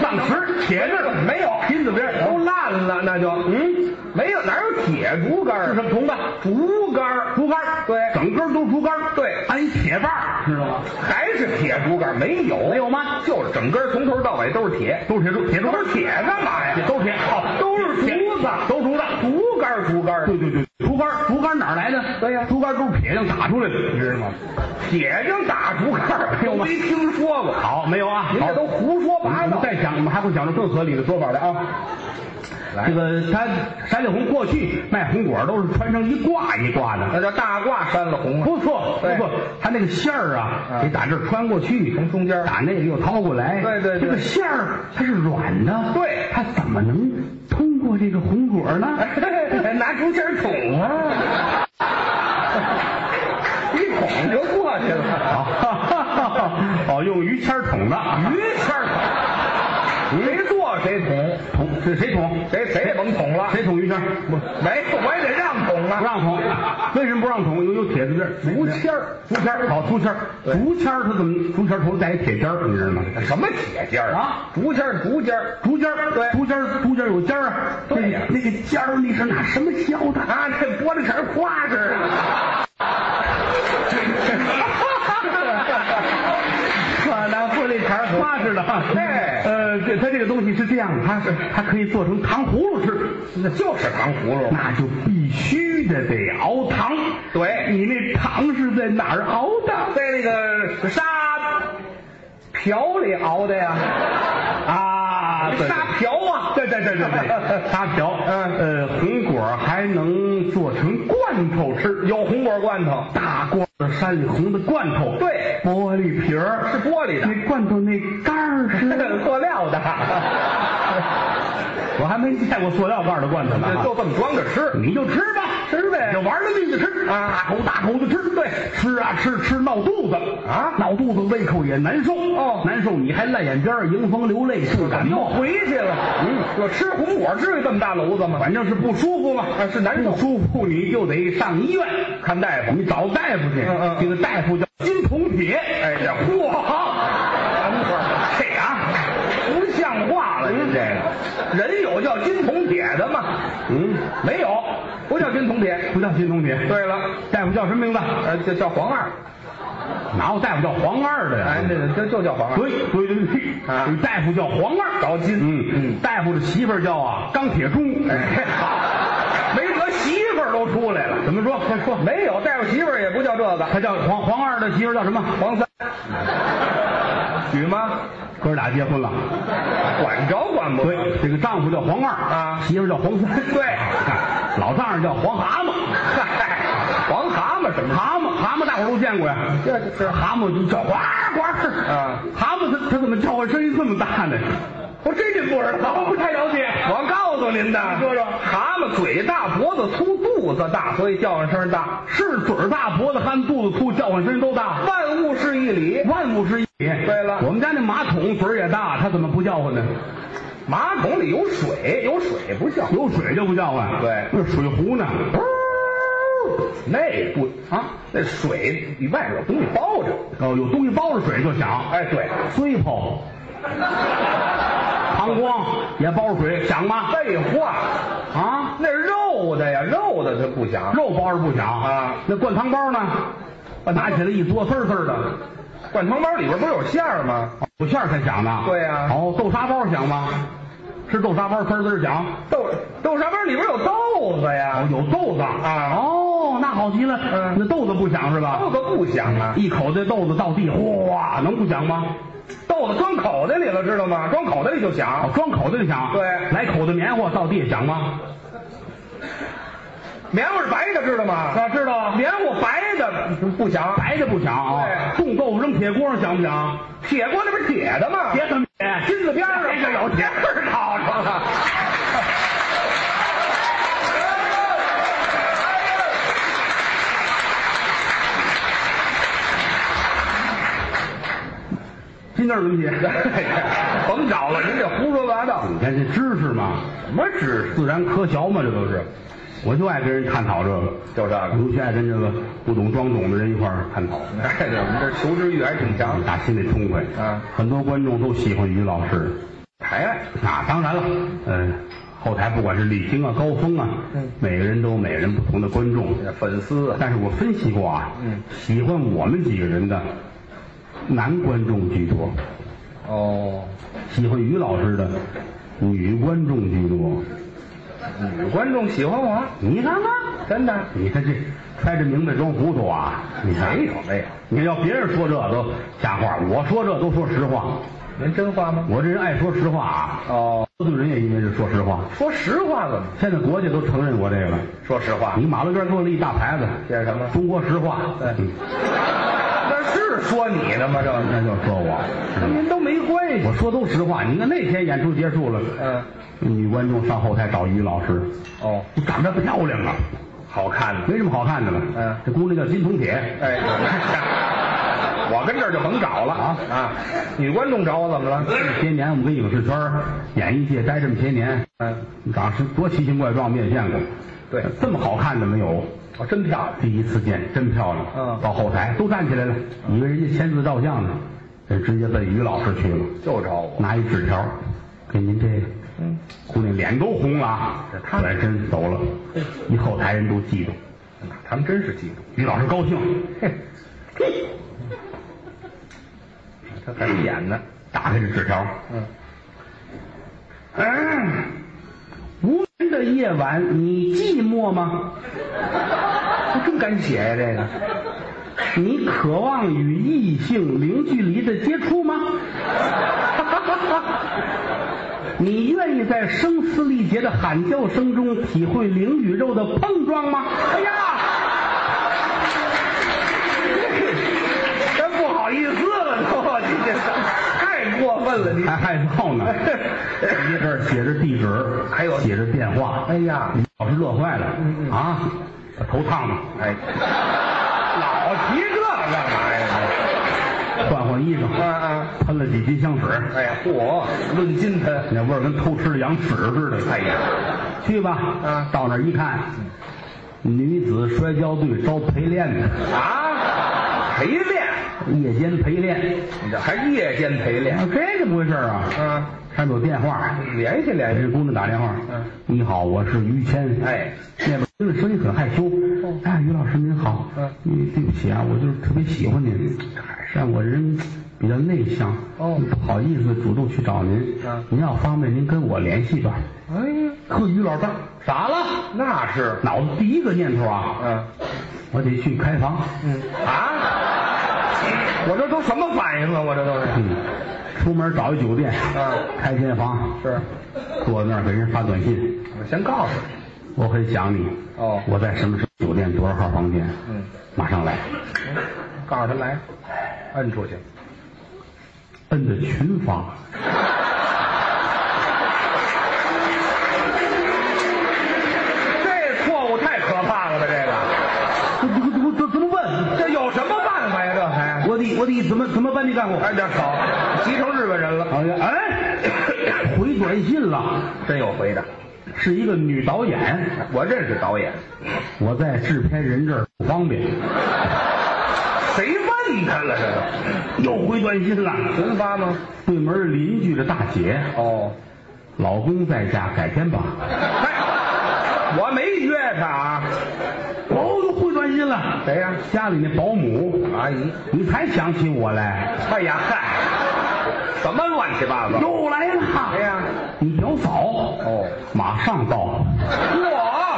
S1: 上池铁制的
S2: 没有
S1: 金子边儿
S2: 都烂了，那就嗯，没有哪有铁竹竿
S1: 是什
S2: 儿？
S1: 么铜的？
S2: 竹竿儿，
S1: 竹竿儿，
S2: 对
S1: 整根儿都竹竿儿，
S2: 对
S1: 安一铁棒儿，知道吗？
S2: 还是铁竹竿儿？没有，
S1: 没有吗？
S2: 就是整根儿从头到尾都是铁，
S1: 都是铁柱，铁柱
S2: 都是铁干嘛呀？
S1: 都是铁，哦，
S2: 都是
S1: 铁
S2: 竹子
S1: 都是竹子。
S2: 竹竿儿，竹竿儿
S1: 对，对对，竹竿儿，竹竿儿哪儿来的？
S2: 对呀
S1: 竹竿儿都是铁匠打出来的，你知道吗？
S2: 铁匠打竹竿儿，
S1: 没有吗
S2: 没听说过。
S1: 好，没有啊，
S2: 您
S1: 好
S2: 这都胡说
S1: 我们
S2: 八
S1: 我们
S2: 道。
S1: 再想，我们还会想出更合理的说法来啊。
S2: 来
S1: 这个他山里红过去卖红果儿都是穿上一挂一挂的，
S2: 那叫大褂扇了红了，
S1: 不错不
S2: 呃对
S1: 错，他那个线儿啊，
S2: 嗯
S1: 得打这儿穿过去，
S2: 从中间儿
S1: 打那个又掏过来。
S2: 对对对
S1: 这个线儿它是软的，
S2: 对哎
S1: 它怎么能通过这个红果儿呢？
S2: 拿竹签儿捅啊， 一捅就过去 了。
S1: 啊，哦，用于谦儿啊捅的，
S2: 于谦儿捅，
S1: 嗯
S2: 谁做谁捅，
S1: 捅是谁捅？
S2: 谁谁也甭捅了。
S1: 谁捅于谦儿？不
S2: 没有，我也得让捅
S1: 不
S2: 啊。
S1: 让 捅，为什么不让捅？有有铁字边儿，
S2: 竹签儿，
S1: 竹签儿，好，竹签儿，
S2: 对
S1: 竹签儿它怎么？竹签儿头带一铁尖儿，你知道吗？
S2: 什么铁尖儿
S1: 啊？
S2: 竹签儿，竹尖儿
S1: 竹尖儿，
S2: 对
S1: 竹尖儿，竹尖儿有尖儿啊，
S2: 对呀
S1: 那个尖儿你是拿什么削的？
S2: 啊，这玻璃碴儿花枝儿
S1: 啊，拿玻璃碴花似的。
S2: 对
S1: 呃，这它这个东西是这样，它是它可以做成糖葫芦吃，
S2: 那就是糖葫芦。
S1: 那就必须的得熬糖。
S2: 对
S1: 你那糖是在哪儿熬的？
S2: 在那个沙瓢里熬的呀，
S1: 啊，对
S2: 沙瓢啊，
S1: 对对对对对，沙瓢，
S2: 嗯
S1: 呃，红果儿还能做成罐头吃，
S2: 有红果罐头，
S1: 大罐儿山里红的罐头，
S2: 对
S1: 玻璃瓶儿
S2: 是玻璃的，
S1: 那罐头那盖儿是，
S2: 塑料的，
S1: 我还没见过塑料盖儿的罐头呢啊。
S2: 就这么装着吃，
S1: 你就吃吧，
S2: 吃呗
S1: 你就玩了命的吃
S2: 啊
S1: 大口大口的吃，对，吃啊吃吃闹肚子
S2: 啊
S1: 闹肚子胃口也难受
S2: 哦
S1: 难受你还烂眼边儿迎风流泪，不感
S2: 又
S1: 冒，
S2: 回去了。嗯，我吃红果至于这么大篓子吗？
S1: 反正是不舒服嘛，
S2: 啊是难受
S1: 不舒服你就得上医院看大夫，你找大夫去，
S2: 嗯嗯
S1: 这个大夫叫金铜铁，
S2: 哎呀
S1: 嚯，
S2: 等会儿，嗯
S1: 这啊，
S2: 不像话了，您这个人有叫金铜铁的吗？
S1: 嗯，
S2: 没有，不叫金铜铁。
S1: 不叫金铜铁，
S2: 对了，
S1: 大夫叫什么名字？
S2: 呃，就叫黄二，
S1: 哪有大夫叫黄二的呀？
S2: 哎，那个就就叫黄二。
S1: 对对对对，
S2: 啊
S1: 有大夫叫黄二，
S2: 找金
S1: 嗯嗯，大夫的媳妇儿叫啊钢铁钟，
S2: 哎，好，没辙，媳妇儿都出来了。
S1: 怎么说？快说，
S2: 没有，大夫媳妇儿也不叫这个，
S1: 他叫黄黄二的媳妇儿叫什么？
S2: 黄三，举吗？
S1: 哥俩结婚了，
S2: 管着管不着
S1: 对，这个丈夫叫黄二
S2: 啊
S1: 媳妇儿叫黄三，
S2: 对，
S1: 老丈人叫黄蛤蟆，
S2: 嗨，黄蛤蟆什么？
S1: 蛤蟆蛤蟆大伙儿都见过呀，
S2: 这就是
S1: 蛤蟆就叫呱呱，
S2: 啊，
S1: 蛤蟆它它怎么叫唤声音这么大呢？
S2: 我这您不知道，
S1: 我不太了解
S2: 我告诉您的，
S1: 你说说
S2: 蛤蟆嘴大，脖子粗，肚子大，所以叫唤声大。
S1: 是嘴儿大，脖子憨，肚子粗，叫唤声音都大。
S2: 万物是一理，
S1: 万物是一体。
S2: 对了
S1: 我们家那马桶嘴儿也大，它怎么不叫唤呢？
S2: 马桶里有水，有水不叫，
S1: 有水就不叫唤。
S2: 对
S1: 那水壶呢？
S2: 那不
S1: 啊，
S2: 那水里外边有东西包着。
S1: 哦，有东西包着水就响。
S2: 哎，对，
S1: 吹泡，膀胱也包着水，响吗？
S2: 废话，
S1: 啊，
S2: 那肉的呀，肉的它不响，
S1: 肉包着不响
S2: 啊
S1: 那灌汤包呢？拿起来一嘬，嗖嗖的，哦
S2: 灌汤包里边不是有馅儿吗？
S1: 有馅儿才响呢。
S2: 对呀啊
S1: 哦，豆沙包响吗？吃豆沙包，嘣滋儿响。
S2: 豆豆沙包里边有豆子
S1: 哦
S2: 呀，，
S1: 有豆子
S2: 啊
S1: 哦，那好极了。
S2: 嗯
S1: 那豆子不响是吧？
S2: 豆子不响啊，
S1: 一口这豆子到地，哗，能不响吗？
S2: 豆子装口袋里了，知道吗？装口袋里就
S1: 哦
S2: 响，，
S1: 装口袋里响。
S2: 对
S1: 来口袋棉花到地响吗？
S2: 棉花是白的，知道吗？
S1: 啊，知道。
S2: 棉花白的不响，
S1: 白的不响啊，冻豆腐扔铁锅上响不响？
S2: 铁锅那不是铁的吗？
S1: 铁怎么铁？
S2: 金子边上
S1: 这个有
S2: 铁儿烤着了。
S1: 金字儿怎么写？
S2: 甭找了，您这胡说八道，
S1: 你看这知识嘛，
S2: 什么知识？
S1: 自然科学嘛，这都是。我就爱跟人探讨这个，
S2: 就这个
S1: 尤其爱跟这个不懂装懂的人一块儿探讨，
S2: 哎，对，我们这求知欲还挺强，
S1: 打心里痛快。
S2: 啊
S1: 很多观众都喜欢于老师。
S2: 抬爱。
S1: 那啊当然了，嗯、后台不管是李菁啊、高峰啊，
S2: 嗯
S1: 每个人都有每个人不同的观众，
S2: 粉丝啊，
S1: 但是我分析过啊，
S2: 嗯
S1: 喜欢我们几个人的男观众居多，
S2: 哦，
S1: 喜欢于老师的女观众居多。
S2: 女观众喜欢我，
S1: 你看看，
S2: 真的
S1: 你看这揣着明白装糊涂啊！你看
S2: 没有没有，
S1: 你看要别人说这都瞎话，我说这都说实话。
S2: 您真话吗？
S1: 我这人爱说实话啊，
S2: 哦，
S1: 得罪人也因为是说实话。
S2: 说实话怎么？
S1: 现在国家都承认我这个了，
S2: 说实话
S1: 啊你，马路边给我立一大牌子，
S2: 这是什么？
S1: 中国实话，
S2: 对
S1: 嗯
S2: 那是说你呢吗？这
S1: 那就说我，嗯
S2: 跟您都没关系。
S1: 我说都实话。你看那天演出结束了，
S2: 嗯，
S1: 女观众上后台找于老师，
S2: 哦，
S1: 你长得漂亮啊，
S2: 好看的，
S1: 没什么好看的了。
S2: 嗯
S1: 这姑娘叫金铜铁，
S2: 哎， 我跟这儿就甭找了
S1: 啊
S2: 啊！女观众找我怎么了？
S1: 这些年我们跟影视圈儿、演艺界待这么些年，呃
S2: 嗯，
S1: 长是多奇形怪状，面见过。呃
S2: 对
S1: 这么好看的没有，
S2: 哦，真漂亮。
S1: 第一次见，真漂亮。
S2: 嗯
S1: 到后台都站起来了，以为人家签字照相呢，这直接奔于老师去了，
S2: 就找我。
S1: 拿一纸条，给您这个。
S2: 嗯，
S1: 姑娘脸都红了啊
S2: 这，她
S1: 转身走了，一后台人都嫉妒。
S2: 他们真是嫉妒，
S1: 于老师高兴，
S2: 嘿，他还演呢。
S1: 打开这纸条。
S2: 嗯，
S1: 嗯，无人的夜晚，你寂寞吗？
S2: 他真敢写呀、这个。
S1: 你渴望与异性零距离的接触吗？ 你愿意在声嘶力竭的喊叫声中体会灵与肉的碰撞吗？哎呀，
S2: 真不好意思了，都，你这太过分了，你
S1: 哎还害臊 呢！一这儿写着地址，
S2: 还有
S1: 写着电话，
S2: 哎呀
S1: 你老是乐坏了，
S2: 嗯嗯
S1: 啊，把头烫了，
S2: 哎，老提这个干嘛呀？
S1: 换换衣
S2: 啊
S1: 裳，
S2: 啊，
S1: 喷了几滴香水，
S2: 哎呀，嚯，论斤他，
S1: 那味儿跟偷吃的羊屎似的。
S2: 哎呀，
S1: 去吧，
S2: 啊
S1: 到那儿一看，女子摔跤队招陪练的，
S2: 啊，陪练，
S1: 夜间陪练，
S2: 你这还夜间陪练
S1: 啊，这怎么回事儿啊？
S2: 啊？
S1: 上面有电话，
S2: 联系
S1: 给
S2: 联系，
S1: 人姑娘打电话，
S2: 嗯，
S1: 你好，我是于谦，
S2: 哎，
S1: 那边听着声音很害羞，哎，于老师您好，
S2: 哦嗯
S1: 嗯，对不起啊，我就是特别喜欢您，但我人比较内向，
S2: 哦
S1: 不好意思主动去找您，
S2: 嗯
S1: 您要方便您跟我联系吧，
S2: 哎呀，
S1: 呵，于老师傻了，
S2: 那是，
S1: 脑子第一个念头啊，
S2: 嗯
S1: 我得去开房。
S2: 嗯啊，我这都什么反应啊？我这都是，
S1: 嗯，出门找一酒店，
S2: 嗯
S1: 开间房，
S2: 是，
S1: 坐在那儿给人发短信，
S2: 我先告诉你，
S1: 我很想你。
S2: 哦
S1: 我在什么什么酒店多少号房间？
S2: 嗯，
S1: 马上来，
S2: 告诉他来，摁出去。
S1: 奔的群房。
S2: 这错误太可怕了吧？这
S1: 我我我怎怎么问？
S2: 个，这有什么办法呀？这还，
S1: 我得我得怎么怎么办？你干我？
S2: 哎，这好，急成日本人了。
S1: 哎 呀哎，回短信了，
S2: 真有回答，
S1: 是一个女导演，
S2: 我认识导演，
S1: 我在制片人这儿不方便。
S2: 谁问他了？这
S1: 又回短信
S2: 个
S1: 了，
S2: 群发吗？
S1: 对门邻居的大姐，
S2: 哦，
S1: 老公在家，改天吧。
S2: 嗨，哎我没约他啊，
S1: 哦，又回短信了。
S2: 谁呀？
S1: 家里那保姆，
S2: 阿姨。
S1: 你才想起我来？
S2: 哎呀，嗨，什么乱七八糟？
S1: 又来了。
S2: 哎呀，
S1: 你挺早
S2: 哦，
S1: 马上到。
S2: 嚯，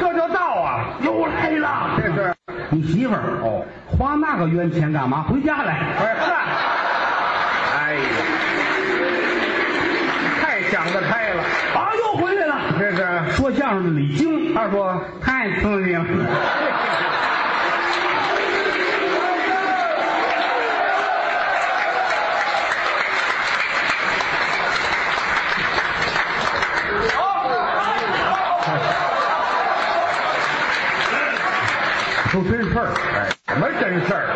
S2: 这就到啊！
S1: 又来了，
S2: 这是
S1: 你媳妇儿
S2: 哦，
S1: 花那个冤钱干嘛？回家来。
S2: 哎嗨，哎呀，太想得开了，
S1: 啊，又回来了。
S2: 这是
S1: 说相声的李菁，
S2: 二叔。
S1: 太刺激了。说真事儿，
S2: 哎，什么真事儿？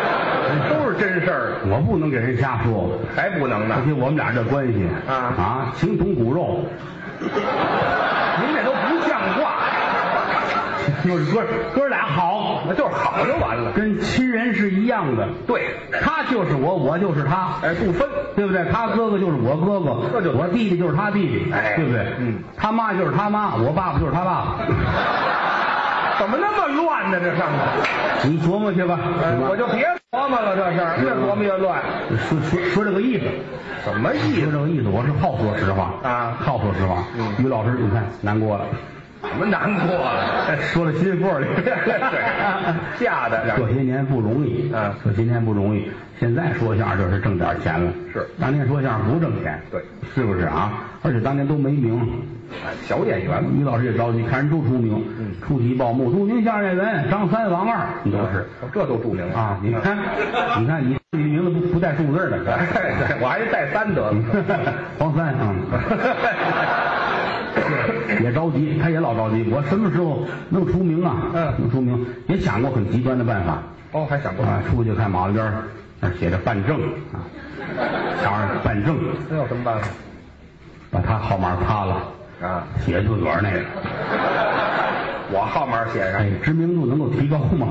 S2: 都是真事儿，
S1: 我不能给人瞎说，
S2: 还不能
S1: 而
S2: 呢？
S1: 且我们俩这关系
S2: 啊
S1: 啊，情同骨肉。
S2: 您这都不像话，
S1: 就是哥哥俩好，
S2: 那就是好就完了。
S1: 跟亲人是一样的。
S2: 对，
S1: 他就是我，我就是他，
S2: 哎，不分，
S1: 对不对？他哥哥就是我哥哥，
S2: 那就
S1: 我弟弟就是他弟弟，
S2: 哎
S1: 对不对？
S2: 嗯，
S1: 他妈就是他妈，我爸爸就是他爸爸。
S2: 怎么那么 乱呢？这上头，
S1: 你琢磨去吧，
S2: 哎
S1: 行吧
S2: 我就别琢磨了，这事儿越琢磨越乱。
S1: 说说说这个意思，
S2: 什么意
S1: 说
S2: 思？
S1: 这个意思，我是好说实话
S2: 啊
S1: 好说实话。
S2: 嗯
S1: 于老师，你看难过了，
S2: 什么难过啊了？
S1: 说了心窝里。
S2: 对，吓得让
S1: 这些年不容易，
S2: 嗯
S1: 这些年不容易。现在说相声这是挣点钱了，
S2: 是
S1: 当年说相声不挣钱，
S2: 对，
S1: 是不是啊？而且当年都没名，
S2: 哎小演员嘛，
S1: 于老师也着急，看人都出名，
S2: 嗯
S1: 出题报幕，著名相声演员张三、王二，你都是
S2: 哦这都注明了
S1: 啊？你 看，你看，你你名字不不带数字的，
S2: 哎， 对我还是带三 得了。
S1: 黄三啊。也着急，他也老着急。我什么时候能出名啊？
S2: 嗯
S1: 能出名，也想过很极端的办法，
S2: 哦，还想过
S1: 啊，出去看马路边儿那儿写着办证啊，墙上办证，
S2: 这有什么办法
S1: 把他号码擦了，
S2: 啊？
S1: 写自个儿那个，
S2: 我号码写上
S1: 哎，，知名度能够提高吗？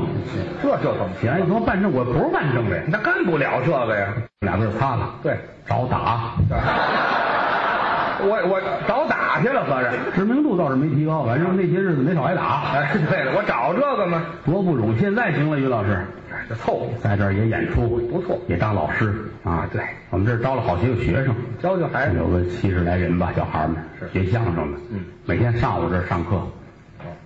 S2: 这就怎么
S1: 写完以后办证，我不是办证的，
S2: 那干不了这个呀。
S1: 俩字儿擦了，
S2: 对，
S1: 找打，
S2: 我我找打去了，合着。
S1: 知名度倒是没提高，反正那些日子没少挨打，
S2: 哎，对了，我找这个嘛，
S1: 多不容易。现在行了，于老师，
S2: 哎，就凑合
S1: 在这儿也演出，
S2: 不错
S1: 也当老师啊
S2: 啊。。对，
S1: 我们这儿招了好些个学生，
S2: 教教孩子。
S1: 有个七十来人吧，小孩儿们
S2: 是
S1: 学相声的，
S2: 嗯，
S1: 每天上午这儿上课，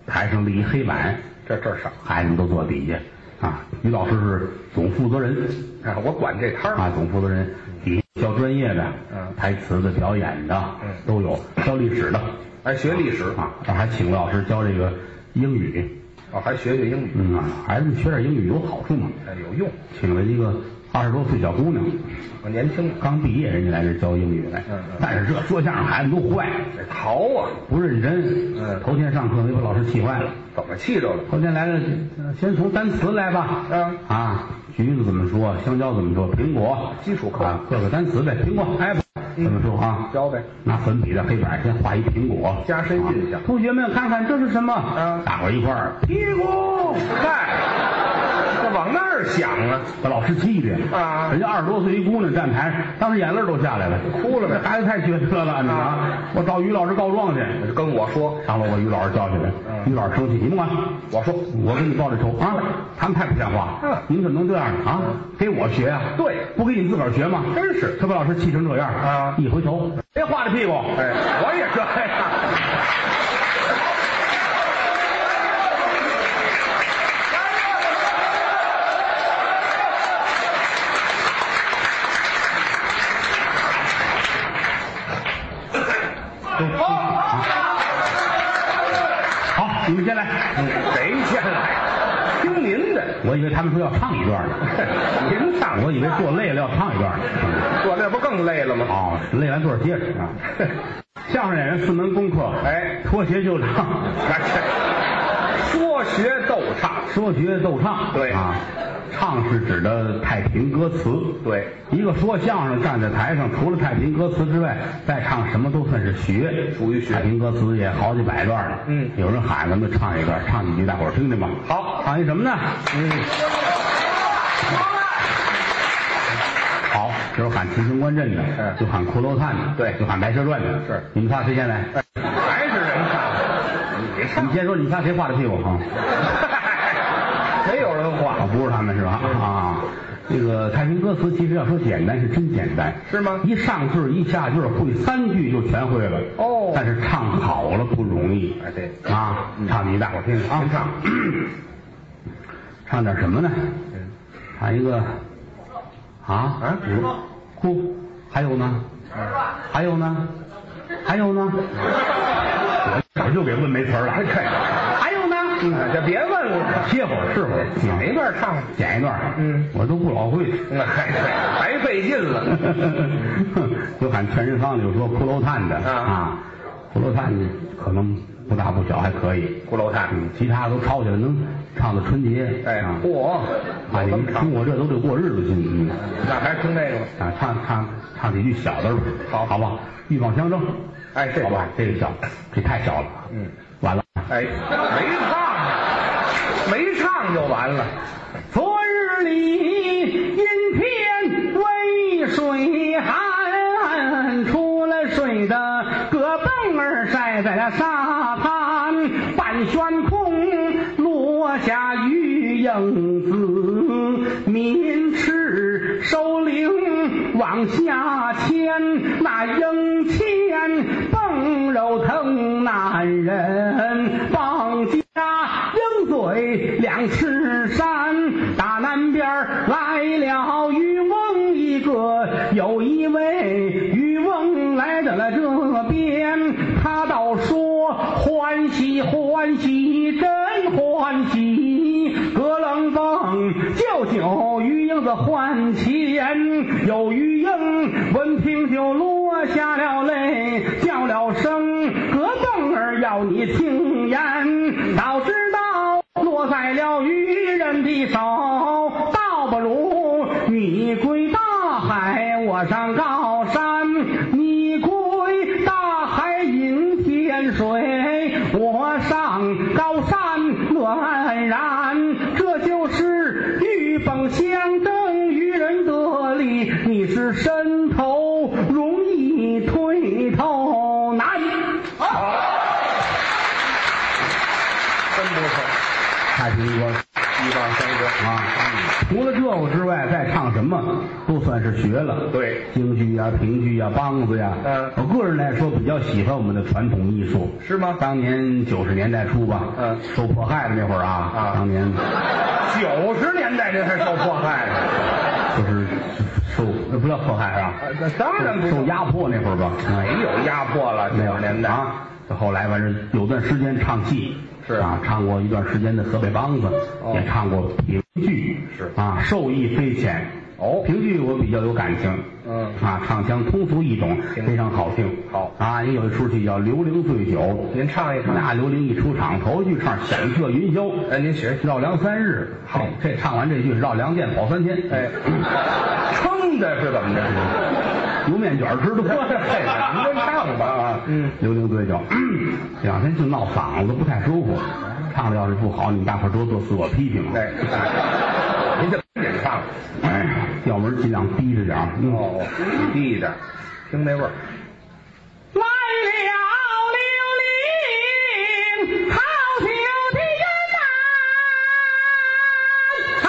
S1: 台上立一黑板，
S2: 这这儿少，
S1: 孩子们都坐底下啊。于老师是总负责人
S2: 啊，我管这摊儿。
S1: 啊，总负责人底下教专业的，
S2: 嗯
S1: 台词的、表演的，
S2: 嗯
S1: 都有，教历史的
S2: 哎，学历史，
S1: 啊，这还请老师教这个英语，
S2: 哦，还学学英语，
S1: 嗯啊，孩子们学点英语有好处嘛。
S2: 哎，有用，
S1: 请了一个二十多岁小姑娘，
S2: 我年轻，
S1: 刚毕业，人家来这教英语来，
S2: 嗯嗯
S1: 但是这说相声孩子都坏，
S2: 这淘啊，
S1: 不认真。
S2: 嗯
S1: 头天上课没把老师气坏了。
S2: 怎么气着了？
S1: 头天来了，呃先从单词来吧。
S2: 嗯
S1: 啊，橘子怎么说？香蕉怎么说？苹果，
S2: 基础课
S1: 啊，各个单词呗。苹果 apple
S2: 嗯
S1: 怎么说啊？
S2: 教呗，
S1: 拿粉笔在黑板先画一苹果，
S2: 加深印象
S1: 啊同学们看看这是什么？
S2: 嗯
S1: 大伙儿一块儿，
S2: 屁股，嗨，这往那儿想啊，
S1: 把老师气的
S2: 啊
S1: 人家二十多岁一姑娘站台上，当时眼泪都下来了，
S2: 哭了呗
S1: 这孩子太缺德了，你知道吗
S2: 啊嗯
S1: 我找于老师告状去，
S2: 就跟我说，
S1: 上楼把于老师叫起来，
S2: 嗯
S1: 于老师生气，你甭管，
S2: 我说，
S1: 我给你报这仇啊！他们太不像话，
S2: 嗯
S1: 你们怎么能这样呢啊？给我学呀、
S2: 对
S1: 不给你自个儿学吗？
S2: 真是
S1: 他把老师气成这样
S2: 啊
S1: 一回头，别画着屁股，
S2: 哎，我也这样，
S1: 好，你们先来。
S2: 谁先来？听您的，
S1: 我以为他们说要唱一段 呢，
S2: 您唱，
S1: 我以为坐累了要唱一段呢。
S2: 我这不更累了吗？
S1: 哦，累完坐着接着 啊。相声演员四门功课，
S2: 哎
S1: 脱学就唱，
S2: 说学逗唱，
S1: 说学逗唱，
S2: 对
S1: 啊，唱是指的太平歌词，
S2: 对，
S1: 一个说相声站在台上，除了太平歌词之外，再唱什么都算是学，
S2: 属于学
S1: 太平歌词也好几百段了，
S2: 嗯
S1: 有人喊咱们唱一段，唱几句，大伙儿听听吧。
S2: 好
S1: 唱一什么呢？
S2: 嗯，
S1: 好，有人喊《秦琼观阵》的，
S2: 嗯
S1: 就喊《骷髅叹》的，
S2: 对
S1: 就喊《白蛇传》的，
S2: 是哎
S1: 你们仨谁先来？
S2: 还是人唱，你
S1: 你
S2: 唱
S1: 们，先说你们仨谁画的屁股啊？
S2: 没有人画
S1: 啊，不是他们是吧？啊，这个太平歌词其实要说简单是真简单，
S2: 是吗
S1: 一上句儿一下句儿会三句就全会了。
S2: 哦
S1: 但是唱好了不容易。
S2: 哎对
S1: 啊，唱你一大伙儿听听啊，唱，唱点什么呢？
S2: 嗯
S1: 唱一个啊
S2: 啊
S1: 我哭，还有呢，还有呢，还有 呢，我早就给问没词儿了，
S2: 哎对
S1: 还有呢，
S2: 哎这别问了，
S1: 歇会儿是会儿，
S2: 哪一段唱？
S1: 剪一段儿，
S2: 嗯
S1: 我都不老会。
S2: 那嗨，白费劲了。
S1: 有喊全人方的，有说骷髅炭的
S2: 啊
S1: 啊，骷髅炭可能不大不小，还可以。
S2: 骷髅炭，
S1: 嗯，其他都抄起来能唱到春节。
S2: 哎
S1: 啊，
S2: 嚯，
S1: 啊，你
S2: 这
S1: 们
S2: 么
S1: 听
S2: 长，
S1: 我这都得过日子去。嗯，
S2: 那还听这个吗？
S1: 啊，唱唱唱几句小的吧，
S2: 好
S1: 好不好？鹬蚌相争，
S2: 哎，这
S1: 好
S2: 个
S1: 吧，这个小，这太小了。
S2: 嗯，
S1: 完了。
S2: 哎，没唱，没唱就完了。
S1: 昨日里阴天微水寒，出了水的胳膊儿晒在了沙滩，半悬空落下鱼影子，民翅收绫往下牵，那鹰牵蹦肉疼男人棒尖。呀，鹰嘴两翅扇，打南边儿来了渔翁一个，有一位渔翁来到了这边，他倒说欢喜欢喜真欢喜，格楞蹦就酒鱼鹰子换钱，有鱼鹰闻听就落下了泪，叫了声格楞儿要你听言，早知道落在了渔人的手，倒不如你归大海，我上高山，你归大海饮天水，我上高山暖然，这就是鹬蚌相争，渔人得利，你是伸头容易退头难。
S2: 真不错，
S1: 太平歌
S2: 一棒三哥
S1: 啊，除了这个之外，再唱什么都算是学了。
S2: 对
S1: 京剧呀、评剧呀、梆子呀。
S2: 嗯
S1: 我个人来说比较喜欢我们的传统艺术。
S2: 是吗
S1: 当年九十年代初吧，
S2: 嗯
S1: 受迫害的那会儿啊，
S2: 啊
S1: 当年
S2: 九十年代这才受迫害呢，
S1: 就是受那不叫迫害啊，
S2: 啊那当然不
S1: 受压迫那会儿吧。嗯
S2: 没有压迫了，
S1: 没
S2: 九
S1: 有
S2: 十年代
S1: 啊。这后来完事儿有段时间唱戏，
S2: 是
S1: 啊，唱过一段时间的河北梆子，
S2: 哦
S1: 也唱过评剧，
S2: 是
S1: 啊，受益匪浅。
S2: 哦
S1: 评剧我比较有感情，
S2: 嗯
S1: 啊，唱腔通俗易懂，
S2: 行
S1: 非常好听。
S2: 好
S1: 啊，也有一出戏叫《刘伶醉酒》，
S2: 您唱一唱，
S1: 那刘伶一出场，头一句唱响彻云霄，
S2: 哎，您学学，
S1: 绕梁三日。哎
S2: 好
S1: 这唱完这句绕梁店跑三天，哎
S2: 哎，撑的是怎么 着？
S1: 油面卷儿吃多了，
S2: 嘿你跟唱吧
S1: 啊
S2: 嗯
S1: 刘伶醉酒， 这两天就闹嗓子不太舒服，唱的要是不好，你们大伙儿多做自我批评啊。
S2: 哦哎，哎您就赶紧唱，
S1: 哎，调门尽量低着点儿。嗯
S2: 哦，低着，听那味儿，
S1: 来了刘伶，好酒的人呐、啊！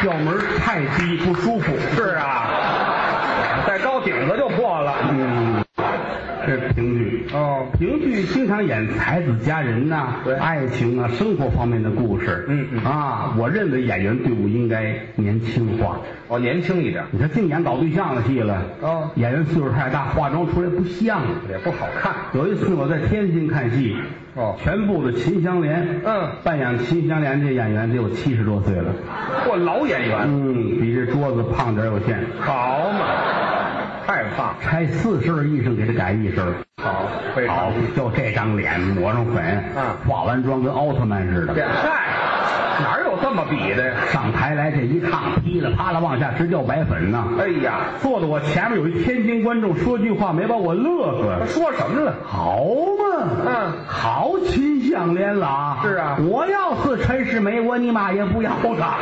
S1: 调门儿太低不舒服。
S2: 是啊，再高顶子就破了，
S1: 嗯，这评剧。
S2: 哦，
S1: 评剧经常演才子佳人呐、
S2: 对
S1: 爱情啊，生活方面的故事。
S2: 嗯嗯
S1: 啊，我认为演员队伍应该年轻化。
S2: 哦，年轻一点，
S1: 你看，净演搞对象的戏了。
S2: 哦
S1: 演员岁数太大，化妆出来不像。
S2: 也不好看，
S1: 有一次我在天津看戏，
S2: 哦
S1: 全部的秦香莲，
S2: 嗯
S1: 扮演秦香莲这演员得有七十多岁了，
S2: 嚯，老演员，
S1: 嗯，比这桌子胖点儿有限，
S2: 嗯好嘛，太棒，
S1: 拆四身衣裳给他改一身儿，
S2: 好，非常
S1: 好，就这张脸抹上粉，
S2: 嗯
S1: 化完妆跟奥特曼似的，
S2: 变态，哪有这么比的呀？
S1: 上台来这一看，噼里啪啦往下直掉白粉呐！
S2: 哎呀，
S1: 坐的我前面有一天津观众，说句话没把我乐
S2: 他
S1: 死。
S2: 说什么了？
S1: 好嘛，
S2: 嗯
S1: 好秦香莲了啊！
S2: 是啊
S1: 我要是陈世美，我尼玛也不要他。